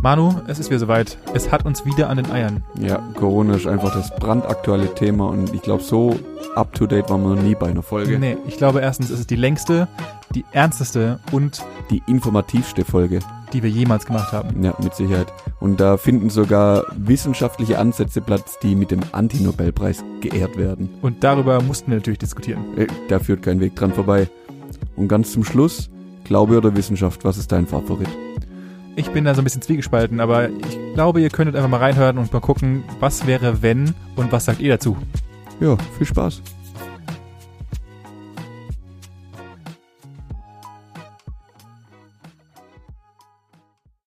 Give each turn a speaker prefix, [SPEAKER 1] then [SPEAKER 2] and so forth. [SPEAKER 1] Manu, es ist wieder soweit. Es hat uns wieder an den Eiern.
[SPEAKER 2] Ja, Corona ist einfach das brandaktuelle Thema und ich glaube, so up-to-date waren wir noch nie bei einer Folge.
[SPEAKER 1] Nee, ich glaube erstens, es ist die längste, die ernsteste und
[SPEAKER 2] Die informativste Folge,
[SPEAKER 1] die wir jemals gemacht haben.
[SPEAKER 2] ja, mit Sicherheit. Und da finden sogar wissenschaftliche Ansätze Platz, die mit dem Antinobelpreis geehrt werden.
[SPEAKER 1] Und darüber mussten wir natürlich diskutieren.
[SPEAKER 2] Äh, Da führt kein Weg dran vorbei. Und ganz zum Schluss, Glaube oder Wissenschaft, was ist dein Favorit?
[SPEAKER 1] Ich bin da so ein bisschen zwiegespalten, aber ich glaube, ihr könntet einfach mal reinhören und mal gucken, was wäre wenn und was sagt ihr dazu.
[SPEAKER 2] Ja, viel Spaß.